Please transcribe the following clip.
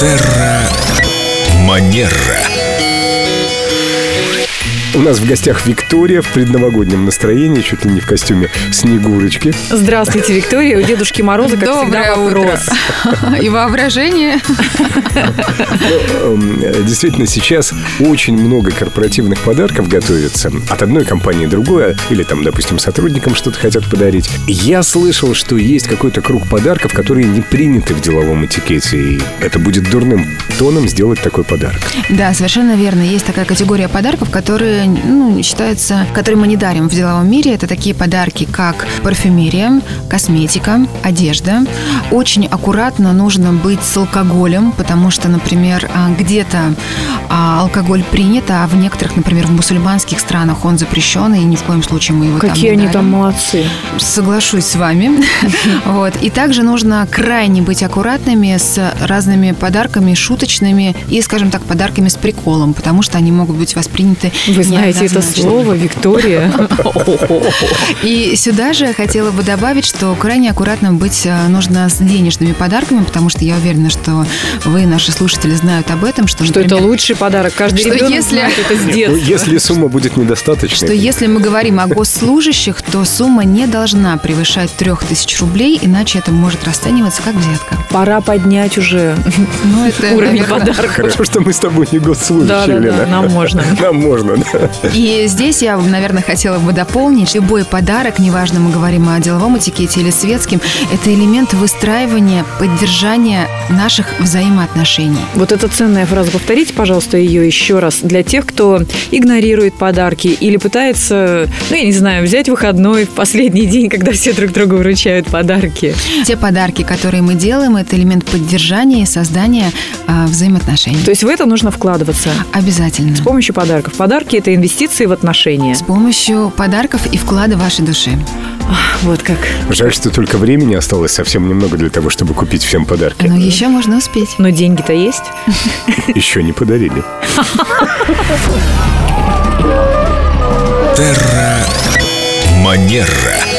Терра Манера. У нас в гостях Виктория в предновогоднем настроении, чуть ли не в костюме Снегурочки. Здравствуйте, Виктория. У Дедушки Мороза, как Доброе всегда, утро. вопрос. И воображение. Эм, э, Действительно, сейчас очень много корпоративных подарков готовится. От одной компании другое, или там, допустим, сотрудникам что-то хотят подарить. Я слышал, что есть какой-то круг подарков, которые не приняты в деловом этикете, и это будет дурным тоном сделать такой подарок. Да, совершенно верно. Есть такая категория подарков, которые ну, считаются, которые мы не дарим в деловом мире. Это такие подарки, как парфюмерия, косметика, одежда. Очень аккуратно нужно быть с алкоголем, потому что, например, а, где-то а, алкоголь принят, а в некоторых, например, в мусульманских странах он запрещен, и ни в коем случае мы его там не Какие они дарим. там молодцы. Соглашусь с вами. Вот. И также нужно крайне быть аккуратными с разными подарками, шуточными и, скажем так, подарками с приколом, потому что они могут быть восприняты Вы знаете это неоднозначно. слово, Виктория? И сюда же я хотела бы добавить, что крайне аккуратно быть э, нужно с денежными подарками, потому что я уверена, что вы, наши слушатели, знают об этом, что, Что это например, лучший подарок. Каждый Что ребенок если- знает это с Ну, детства. Если сумма будет недостаточной, что если мы говорим о госслужащих, то сумма не должна превышать 3000 рублей, иначе это может расцениваться как взятка. Пора поднять уже Ну, это, уровень наверное, подарка. Хорошо, что мы с тобой не Да, госслужащие, да, Лена. да, нам можно. Нам можно, да. И здесь я, наверное, хотела бы дополнить. Любой подарок, неважно, мы говорим о деловом этикете или светском, это элемент выстраивания, поддержания наших взаимоотношений. Вот эта ценная фраза. Повторите, пожалуйста, ее еще раз для тех, кто игнорирует подарки или пытается, ну, я не знаю, взять выходной в последний день, когда все друг другу вручают подарки. Те подарки, которые мы делаем, это элемент поддержания и создания а, взаимоотношений. То есть в это нужно вкладываться Обязательно. с помощью подарков. Подарки – это инвестиции в отношения. С помощью подарков и вклада вашей души. Вот как. Жаль, что только времени осталось совсем немного для того, чтобы купить всем подарки. Но еще можно успеть. Но деньги-то есть. Еще не подарили. Терра Манера.